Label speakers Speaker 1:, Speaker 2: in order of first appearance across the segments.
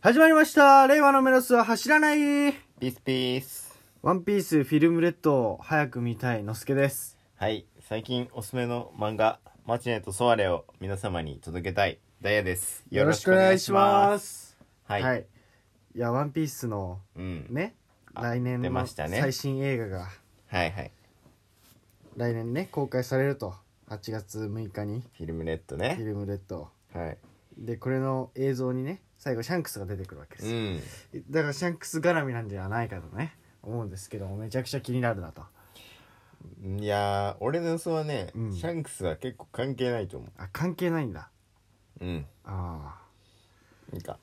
Speaker 1: 始まりました令和のメロスは走らない
Speaker 2: ピースピース
Speaker 1: ワンピースフィルムレッドを早く見たいのすけです。
Speaker 2: はい最近おすすめの漫画「マチネとソワレ」を皆様に届けたいダイヤで
Speaker 1: す。
Speaker 2: すすはい、
Speaker 1: はい。いや、ワンピースの
Speaker 2: うん、
Speaker 1: ね、
Speaker 2: あ
Speaker 1: 来年
Speaker 2: 出
Speaker 1: の
Speaker 2: ましたね
Speaker 1: 最新映画が、
Speaker 2: はいはい
Speaker 1: 来年ね、公開されると。8月6日に、
Speaker 2: フィルムネット
Speaker 1: フィ
Speaker 2: ね
Speaker 1: ルムレッド。
Speaker 2: はい
Speaker 1: で、これの映像にね、最後シャンクスが出てくるわけです
Speaker 2: う
Speaker 1: よ。
Speaker 2: ん
Speaker 1: だからシャンクス絡みなんじゃないかとね、思うんですけども、めちゃくちゃ気になるなと。
Speaker 2: いやー俺の予想はね、
Speaker 1: うん
Speaker 2: シャンクスは結構関係ないと思
Speaker 1: あ、関係ないんだ。
Speaker 2: ううん
Speaker 1: ああ。
Speaker 2: なんか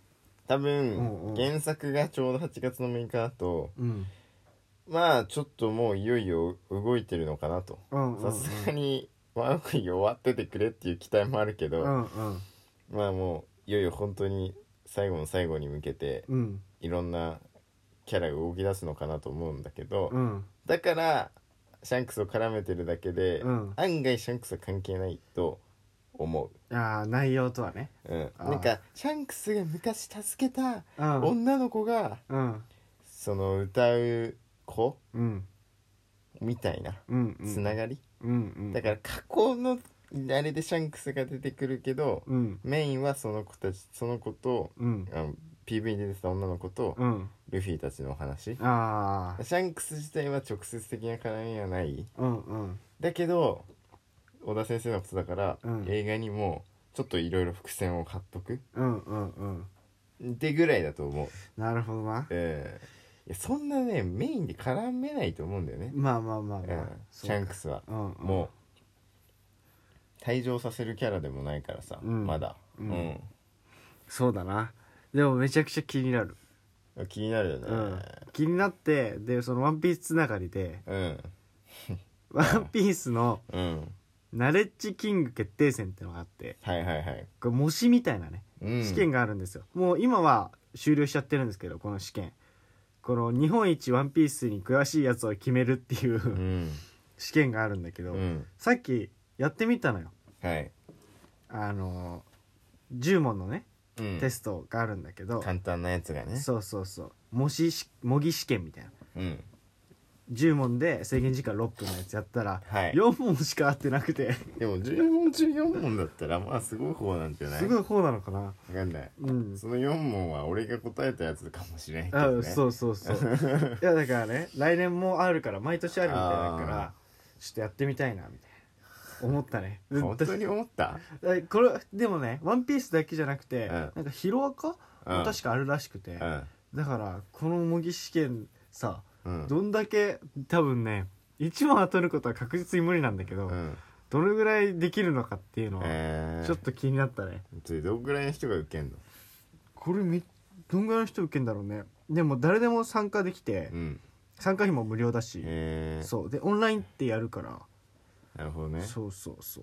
Speaker 2: 多分、
Speaker 1: うんうん
Speaker 2: 原作がちょうど8月の6日だと
Speaker 1: うん。
Speaker 2: まあちょっともういよいよ動いてるのかなと
Speaker 1: うんうん、うん。
Speaker 2: さすがにワンクイ終わっててくれっていう期待もあるけど、
Speaker 1: うんうん。
Speaker 2: まあもういよいよ本当に最後の最後に向けて
Speaker 1: うん。
Speaker 2: いろんなキャラが動き出すのかなと思うんだけど、
Speaker 1: うん。
Speaker 2: だからシャンクスを絡めてるだけで、
Speaker 1: うん
Speaker 2: 案外シャンクスは関係ないと思
Speaker 1: ああ内容とはね
Speaker 2: う、うん、
Speaker 1: あー
Speaker 2: なんかシャンクスが昔助けた
Speaker 1: うん
Speaker 2: 女の子が
Speaker 1: うん
Speaker 2: その歌う子
Speaker 1: うん
Speaker 2: みたいな
Speaker 1: うん
Speaker 2: つながり、
Speaker 1: うんうん
Speaker 2: だから過去のあれでシャンクスが出てくるけど、
Speaker 1: うん
Speaker 2: メインはその子たちその子と
Speaker 1: うん
Speaker 2: あの PV で出てた女の子と、
Speaker 1: うん
Speaker 2: ルフィたちのお話
Speaker 1: ああ
Speaker 2: シャンクス自体は直接的な絡みはない
Speaker 1: うんうん
Speaker 2: だけど小田先生のことだから、
Speaker 1: うん
Speaker 2: 映画にもちょっといろいろ伏線を貼っとく
Speaker 1: うんうんうん
Speaker 2: でぐらいだと思う、
Speaker 1: なるほどな
Speaker 2: ええいやそんなねメインで絡めないと思うんだよね、
Speaker 1: まあまあまあ
Speaker 2: うん
Speaker 1: まあ
Speaker 2: シャンク
Speaker 1: ス
Speaker 2: スは、
Speaker 1: うんうん
Speaker 2: もう退場させるキャラでもないからさ、
Speaker 1: うん
Speaker 2: まだ、
Speaker 1: う
Speaker 2: うんん
Speaker 1: そうだなでもめちゃくちゃ気になる
Speaker 2: 気になるよね
Speaker 1: うん気になってでその「ワンピースつながりで
Speaker 2: うん
Speaker 1: 「ワンピースの
Speaker 2: うん、
Speaker 1: ナレッジキング決定戦ってのがあって
Speaker 2: はいはいはい、
Speaker 1: これ模試みたいなね
Speaker 2: うん、
Speaker 1: 試験があるんですよ、もう今は終了しちゃってるんですけどこの試験この日本一ワンピースに詳しいやつを決めるっていう、
Speaker 2: うん
Speaker 1: 試験があるんだけ
Speaker 2: う
Speaker 1: ど、
Speaker 2: ん
Speaker 1: さっきやってみたのよ
Speaker 2: はい、
Speaker 1: あの10問のね
Speaker 2: うん、
Speaker 1: テストがあるんだけど、
Speaker 2: 簡単なやつがね
Speaker 1: そうそうそう模試し模擬試験みたいな
Speaker 2: うん
Speaker 1: 10問で制限時間6分のやつやったら、
Speaker 2: はい
Speaker 1: 4問しか合ってなくて
Speaker 2: でも10問中4問だったらまあすごい方なんじゃない
Speaker 1: すごい方なのかな
Speaker 2: 分かんない
Speaker 1: うん
Speaker 2: その4問は俺が答えたやつかもしれんけ
Speaker 1: あ
Speaker 2: どね
Speaker 1: そうそうそういやだからね来年もあるから毎年あるみたいだからちょっとやってみたいなみたいな思ったね
Speaker 2: 本当に思った
Speaker 1: えこれでもね「ワンピースだけじゃなくて、
Speaker 2: うん
Speaker 1: なんかヒロアカ、
Speaker 2: うん
Speaker 1: 確かあるらしくて、
Speaker 2: うん
Speaker 1: だからこの模擬試験さ
Speaker 2: うん
Speaker 1: どんだけ多分ね1問当たることは確実に無理なんだけど、
Speaker 2: うん
Speaker 1: どれぐらいできるのかっていうのは
Speaker 2: えー、
Speaker 1: ちょっと気になったね、
Speaker 2: ちょどんぐらいの人が受けんの
Speaker 1: これめどんぐらいの人受けんだろうねでも誰でも参加できて、
Speaker 2: うん
Speaker 1: 参加費も無料だし、
Speaker 2: えー、
Speaker 1: そうでオンラインってやるから、
Speaker 2: なるほどね
Speaker 1: そうそうそ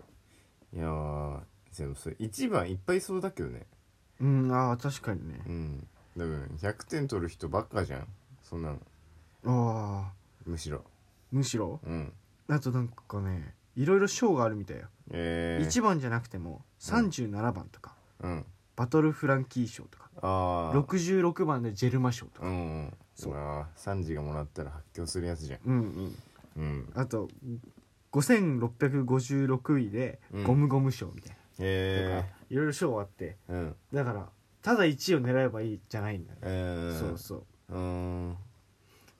Speaker 1: う
Speaker 2: いやーでもそれ1番いっぱいいそうだけどね
Speaker 1: うんああ確かにね
Speaker 2: うん多分100点取る人ばっかじゃんそんなの
Speaker 1: ああ
Speaker 2: むしろ
Speaker 1: むしろ
Speaker 2: うん
Speaker 1: あとなんかねいろいろ賞があるみたいよ、
Speaker 2: えー、
Speaker 1: 1番じゃなくても37番とか、
Speaker 2: うん
Speaker 1: バトルフランキー賞とか
Speaker 2: ああ
Speaker 1: 66番でジェルマ賞とか
Speaker 2: うんうん
Speaker 1: そう
Speaker 2: あーサンジがもらったら発狂するやつじゃん
Speaker 1: うんうん
Speaker 2: うん
Speaker 1: あと5656位で
Speaker 2: うん
Speaker 1: ゴムゴム賞みたいな、と
Speaker 2: え
Speaker 1: かいろいろ賞あって
Speaker 2: えうん
Speaker 1: だからただ1位を狙えばいいじゃないんだよね、
Speaker 2: ええ
Speaker 1: そうそう
Speaker 2: うーん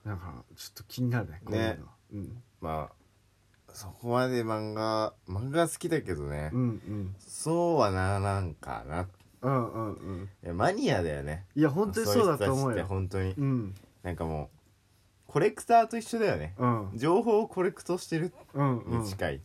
Speaker 1: だからちょっと気になるねこういうのは、うん、
Speaker 2: まあそこまで漫画漫画好きだけどね、
Speaker 1: うんうん
Speaker 2: そうはならんかな
Speaker 1: うんうんうん
Speaker 2: いやマニアだよね
Speaker 1: いや本当にそうだと思う
Speaker 2: そい人たちって
Speaker 1: よ
Speaker 2: 本当に
Speaker 1: うん
Speaker 2: なんかもうコレクターと一緒だよね
Speaker 1: うん
Speaker 2: 情報をコレクトしてる
Speaker 1: うんうん
Speaker 2: に近い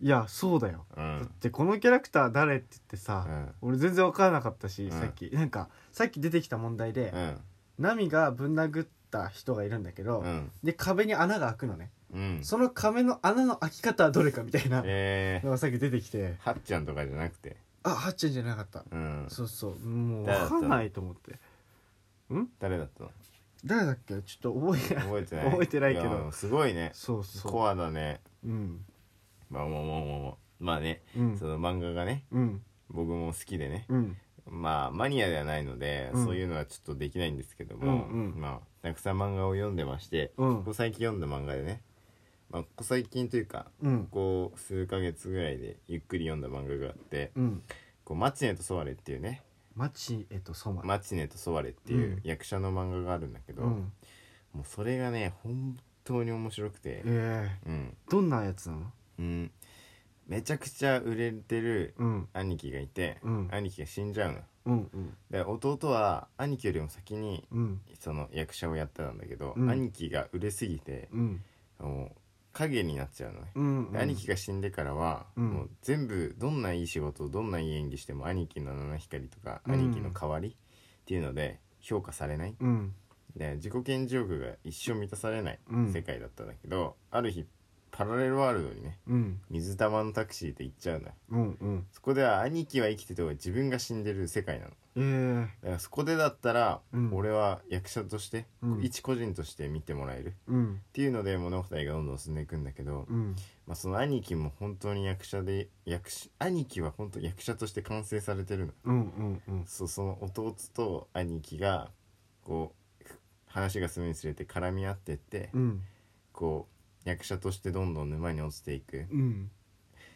Speaker 1: いやそうだよ
Speaker 2: うん、
Speaker 1: だってこのキャラクター誰って言ってさ、
Speaker 2: うん
Speaker 1: 俺全然分からなかったし、
Speaker 2: うん
Speaker 1: さっきなんかさっき出てきた問題で、
Speaker 2: うん
Speaker 1: ナミがぶん殴った人がいるんだけど、
Speaker 2: うん
Speaker 1: で壁に穴が開くのね、
Speaker 2: うん
Speaker 1: その壁の穴の開き方はどれかみたいな
Speaker 2: ええ
Speaker 1: のがさっき出てきて
Speaker 2: はっちゃんとかじゃなくて
Speaker 1: あはっちゃんじゃなかった、
Speaker 2: うん
Speaker 1: そうそうもう
Speaker 2: 誰だ
Speaker 1: 分
Speaker 2: った
Speaker 1: か
Speaker 2: の
Speaker 1: んないと思って
Speaker 2: 誰だったの
Speaker 1: 誰だっけちょっと覚えない
Speaker 2: 覚えてない
Speaker 1: 覚えてないけど
Speaker 2: やすごいね
Speaker 1: そうそ
Speaker 2: コアだね
Speaker 1: ううん
Speaker 2: まあまあまあまあまあまあね
Speaker 1: うん
Speaker 2: その漫画がね
Speaker 1: うん
Speaker 2: 僕も好きでね
Speaker 1: うん
Speaker 2: まあマニアではないので、
Speaker 1: うん
Speaker 2: そういうのはちょっとできないんですけども、
Speaker 1: うんうん
Speaker 2: まあたくさん漫画を読んでまして、
Speaker 1: うん
Speaker 2: ここ最近読んだ漫画でね、まあ、ここ最近というか
Speaker 1: うん
Speaker 2: ここ数ヶ月ぐらいでゆっくり読んだ漫画があって「
Speaker 1: うん
Speaker 2: こうマチネとソワレ」っていうね
Speaker 1: マチエとソ
Speaker 2: 「
Speaker 1: マ
Speaker 2: マチネとソワレ」っていううん役者の漫画があるんだけど、
Speaker 1: うん
Speaker 2: もうそれがね本当に面白くて、
Speaker 1: え
Speaker 2: うん
Speaker 1: ー、どんなやつなの
Speaker 2: うん、めちゃくちゃ売れてる
Speaker 1: うん
Speaker 2: 兄貴がいて、
Speaker 1: うん
Speaker 2: 兄貴が死んじゃうの。
Speaker 1: うんうん
Speaker 2: で弟は兄貴よりも先に
Speaker 1: うん
Speaker 2: その役者をやってたんだけど、
Speaker 1: うん
Speaker 2: 兄貴が売れすぎて
Speaker 1: うん
Speaker 2: もう影になっちゃうのね、
Speaker 1: うん
Speaker 2: で兄貴が死んでからは、
Speaker 1: うん
Speaker 2: もう全部どんないい仕事どんないい演技しても兄貴の七光りとか、
Speaker 1: うん
Speaker 2: 兄貴の代わりっていうので評価されない
Speaker 1: うん
Speaker 2: で自己顕示欲が一生満たされない
Speaker 1: うん
Speaker 2: 世界だったんだけど、ある日パラレルワールドにね
Speaker 1: うん
Speaker 2: 水玉のタクシーで行っちゃうのよ
Speaker 1: うんうん
Speaker 2: そこでは兄貴は生きてても自分が死んでる世界なの
Speaker 1: えー、
Speaker 2: だからそこでだったら、
Speaker 1: うん
Speaker 2: 俺は役者として、
Speaker 1: うん
Speaker 2: 一個人として見てもらえるっ
Speaker 1: うん
Speaker 2: ていうので物語がどんどん進んでいくんだけど、
Speaker 1: うん
Speaker 2: まあ、その兄貴も本当に役者で役し兄貴は本当役者として完成されてるの
Speaker 1: うんうんうん
Speaker 2: そうその弟と兄貴がこう話が進むにつれて絡み合ってって、
Speaker 1: うん
Speaker 2: こう役者としてどんどん沼に落ちていく
Speaker 1: うん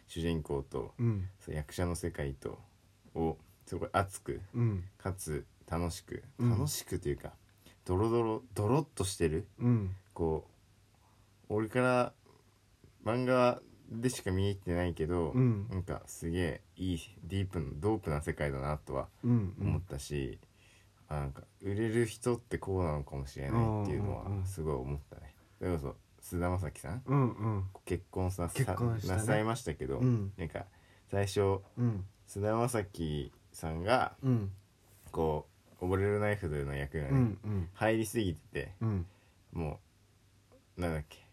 Speaker 2: 主人公と
Speaker 1: うん
Speaker 2: そう役者の世界とをすごい熱く
Speaker 1: うん
Speaker 2: かつ楽しく
Speaker 1: うん
Speaker 2: 楽しくというか、ドロドロドロっとしてる
Speaker 1: うん
Speaker 2: こう俺から漫画でしか見えてないけど、
Speaker 1: うん
Speaker 2: なんかすげえいいディープのドープな世界だなとは
Speaker 1: うんうん
Speaker 2: 思ったし、あなんか売れる人ってこうなのかもしれないっていうの
Speaker 1: うんうんう
Speaker 2: は
Speaker 1: ん
Speaker 2: すごい思ったね。それこそ菅田将暉さん
Speaker 1: うんうん
Speaker 2: 結婚さ
Speaker 1: 結婚したね
Speaker 2: なさいましたけど、
Speaker 1: うん
Speaker 2: なんか最初
Speaker 1: うん
Speaker 2: 菅田将暉さんが
Speaker 1: うん
Speaker 2: こう溺れるナイフの役がね、
Speaker 1: うんうん
Speaker 2: 入りすぎてて
Speaker 1: うん
Speaker 2: もうなんだっけ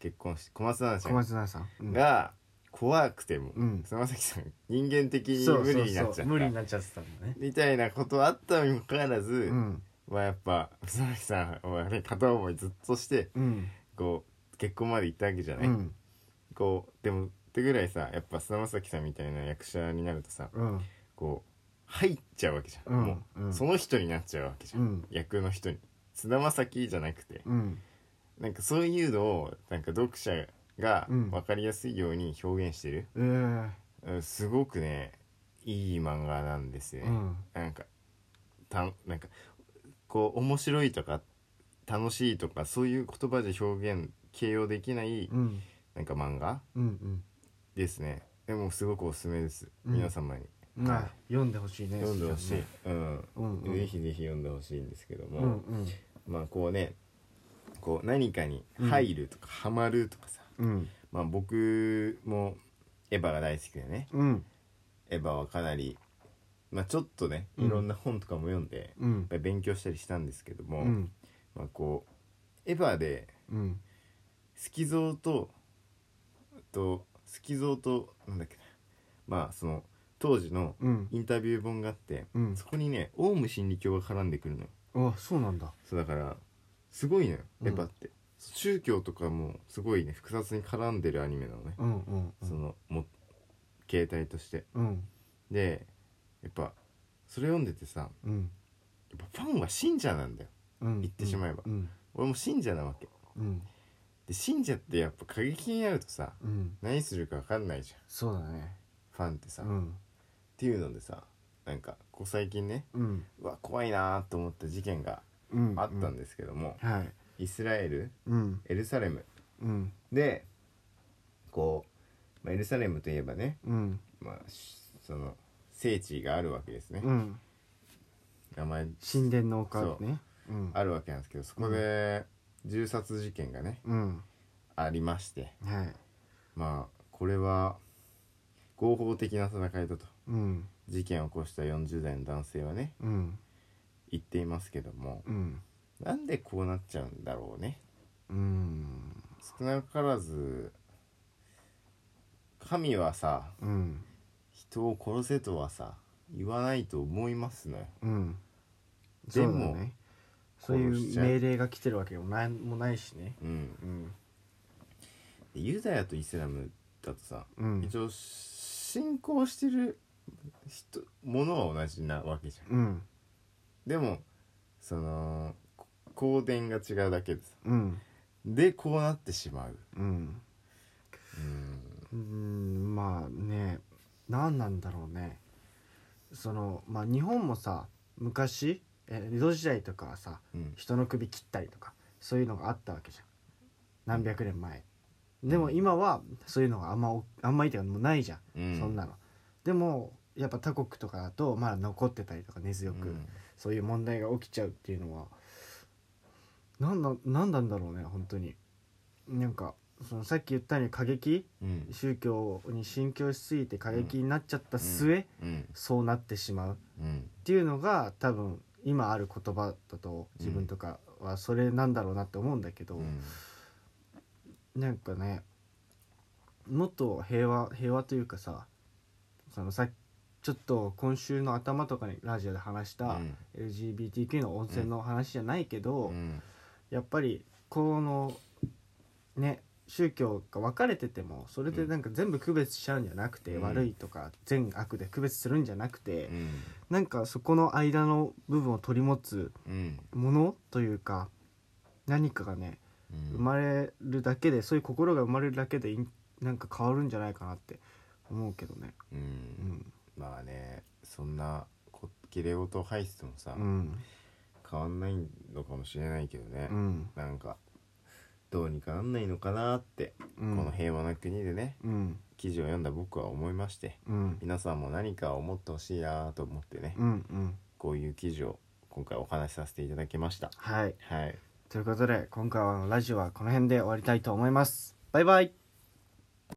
Speaker 2: 結婚して小松菜奈ち
Speaker 1: 小
Speaker 2: ゃん
Speaker 1: 松菜さん
Speaker 2: が怖くても、
Speaker 1: うん
Speaker 2: 菅田将暉さん人間的
Speaker 1: うん
Speaker 2: に
Speaker 1: そう
Speaker 2: 無
Speaker 1: そう
Speaker 2: 理になっちゃった
Speaker 1: そう無理になっちゃってたんだね
Speaker 2: みたいなことあったにもかかわらず、
Speaker 1: うん
Speaker 2: まあやっぱ菅田将暉さんはね片思いずっとして
Speaker 1: うん
Speaker 2: こう結婚まで行ったわけじゃな
Speaker 1: う
Speaker 2: い、
Speaker 1: ん
Speaker 2: こうでもってぐらいさやっぱ菅田将暉さんみたいな役者になるとさ
Speaker 1: うん
Speaker 2: こう入っちゃうわけじゃん、
Speaker 1: うん
Speaker 2: もう、
Speaker 1: うん
Speaker 2: その人になっちゃうわけじゃん、
Speaker 1: うん
Speaker 2: 役の人に菅田将暉じゃなくて、
Speaker 1: うん
Speaker 2: なんかそういうのをなんか読者が
Speaker 1: うん
Speaker 2: 分かりやすいように表現してる、
Speaker 1: えー
Speaker 2: うんすごくねいい漫画なんですよ
Speaker 1: う
Speaker 2: ね、
Speaker 1: ん
Speaker 2: なんかたなんかこう面白いとか楽しいとかそういう言葉で表現形容できない
Speaker 1: うん
Speaker 2: なんか漫画
Speaker 1: うん
Speaker 2: ですねでもすごくおすすめです、
Speaker 1: うん
Speaker 2: 皆様に、
Speaker 1: うんまあ読んでほしいね
Speaker 2: 読んでほしい、うん
Speaker 1: うんうん
Speaker 2: ぜひぜひ読んでほしいんですけども、
Speaker 1: うんうん
Speaker 2: まあこうねこう何かに入るとかハマるとかさ、
Speaker 1: うん
Speaker 2: まあ、僕もエヴァが大好きでね
Speaker 1: うん
Speaker 2: エヴァはかなり、まあ、ちょっとね
Speaker 1: うん
Speaker 2: いろんな本とかも読んで、やっ
Speaker 1: うん
Speaker 2: ぱり勉強したりしたんですけど
Speaker 1: う
Speaker 2: も、
Speaker 1: ん
Speaker 2: まあ、こうエヴァで
Speaker 1: うん
Speaker 2: スキゾーととスキゾーとなんだっけなまあその当時の
Speaker 1: うん
Speaker 2: インタビュー本があって、
Speaker 1: うん
Speaker 2: そこにねオウム真理教が絡んでくるのよ
Speaker 1: あそうなんだ
Speaker 2: そうだからすごいのよ
Speaker 1: うん
Speaker 2: エヴァって、宗教とかもすごいね複雑に絡んでるアニメなのね、
Speaker 1: うんうんう
Speaker 2: そ
Speaker 1: ん
Speaker 2: のも携帯として
Speaker 1: うん
Speaker 2: でやっぱそれ読んでてさや
Speaker 1: うん
Speaker 2: っぱファンは信者なんだよ
Speaker 1: うん
Speaker 2: 言ってしまえば
Speaker 1: うん
Speaker 2: 俺も信者なわけ
Speaker 1: うん
Speaker 2: で信者ってやっぱ過激になるとさ
Speaker 1: うん
Speaker 2: 何するか分かんないじゃん
Speaker 1: そうだね
Speaker 2: ファンってさ、
Speaker 1: う
Speaker 2: っ
Speaker 1: ん
Speaker 2: ていうのでさなんかこう最近ね
Speaker 1: うん
Speaker 2: うわ怖いなーと思った事件が
Speaker 1: うん
Speaker 2: あったんですけども、
Speaker 1: はい
Speaker 2: イスラエル
Speaker 1: うん
Speaker 2: エルサレム
Speaker 1: うん
Speaker 2: でこう、まあ、エルサレムといえばね、
Speaker 1: うん
Speaker 2: まあ、しその聖地があるわけですね、
Speaker 1: うん
Speaker 2: 名前
Speaker 1: 神殿の丘ねうん
Speaker 2: あるわけなんですけどそこで銃殺事件がね
Speaker 1: うん
Speaker 2: ありまして
Speaker 1: はい
Speaker 2: まあこれは合法的な戦いだと
Speaker 1: うん
Speaker 2: 事件を起こした40代の男性はね
Speaker 1: うん
Speaker 2: 言っていますけども
Speaker 1: うん
Speaker 2: なんでこうなっちゃうんだろうね
Speaker 1: うん
Speaker 2: 少なからず神はさ
Speaker 1: うん
Speaker 2: 人を殺せとはさ言わないと思いますのよ
Speaker 1: うん
Speaker 2: でも
Speaker 1: そうだねそういう命令が来てるわけもないもないしね
Speaker 2: うん
Speaker 1: うん
Speaker 2: でユダヤとイスラムだとさ、
Speaker 1: うん
Speaker 2: 一応信仰してる人物は同じなわけじゃん
Speaker 1: うん
Speaker 2: でもそのこ光電が違うだけです
Speaker 1: うん
Speaker 2: でこうなってしまう
Speaker 1: うん
Speaker 2: うん
Speaker 1: うーんまあね何なんだろうねそのまあ日本もさ昔え江戸時代とかはさ
Speaker 2: うん
Speaker 1: 人の首切ったりとかそういうのがあったわけじゃん何百年前でも今はそういうのがあんまおあんまりっていうかもうないじゃん、
Speaker 2: うん
Speaker 1: そんなのでもやっぱ他国とかだとまだ残ってたりとか根強く、
Speaker 2: うん
Speaker 1: そういう問題が起きちゃうっていうのはなんだなんなんだろうね本当になんかそのさっき言ったように過激
Speaker 2: うん
Speaker 1: 宗教に信教しすぎて過激になっちゃった末、
Speaker 2: うん
Speaker 1: そうなってしまうっ
Speaker 2: うん
Speaker 1: ていうのが多分今ある言葉だと自分とかはそれなんだろうなって思うんだけど、
Speaker 2: うん
Speaker 1: なんかねもっと平和平和というかさそのさちょっと今週の頭とかにラジオで話し
Speaker 2: う
Speaker 1: た
Speaker 2: ん
Speaker 1: LGBTQ の温泉の話じゃないけど、
Speaker 2: うん
Speaker 1: やっぱりこのね宗教が分かれててもそれでなんか全部区別しちゃうんじゃなくて、
Speaker 2: うん
Speaker 1: 悪いとか善悪で区別するんじゃなくて、
Speaker 2: うん
Speaker 1: なんかそこの間の部分を取り持つ
Speaker 2: うん
Speaker 1: ものというか何かがね生まれるだけでそういう心が生まれるだけでいんなんか変わるんじゃないかなって思うけどね。
Speaker 2: う
Speaker 1: うんん、
Speaker 2: まあねそんなこ綺麗事を排出もさ、
Speaker 1: うん、
Speaker 2: 変わんないのかもしれないけどね、
Speaker 1: うん、
Speaker 2: なんかどうにかなんないのかなって、
Speaker 1: うん、
Speaker 2: この平和な国でね
Speaker 1: うん、
Speaker 2: 記事を読んだ僕は思いまして
Speaker 1: うん、
Speaker 2: 皆さんも何か思ってほしいなと思ってね、
Speaker 1: うん、うん、
Speaker 2: こういう記事を今回お話しさせていただきました
Speaker 1: はい。
Speaker 2: はい
Speaker 1: ということで今回はラジオはこの辺で終わりたいと思います。バイバイ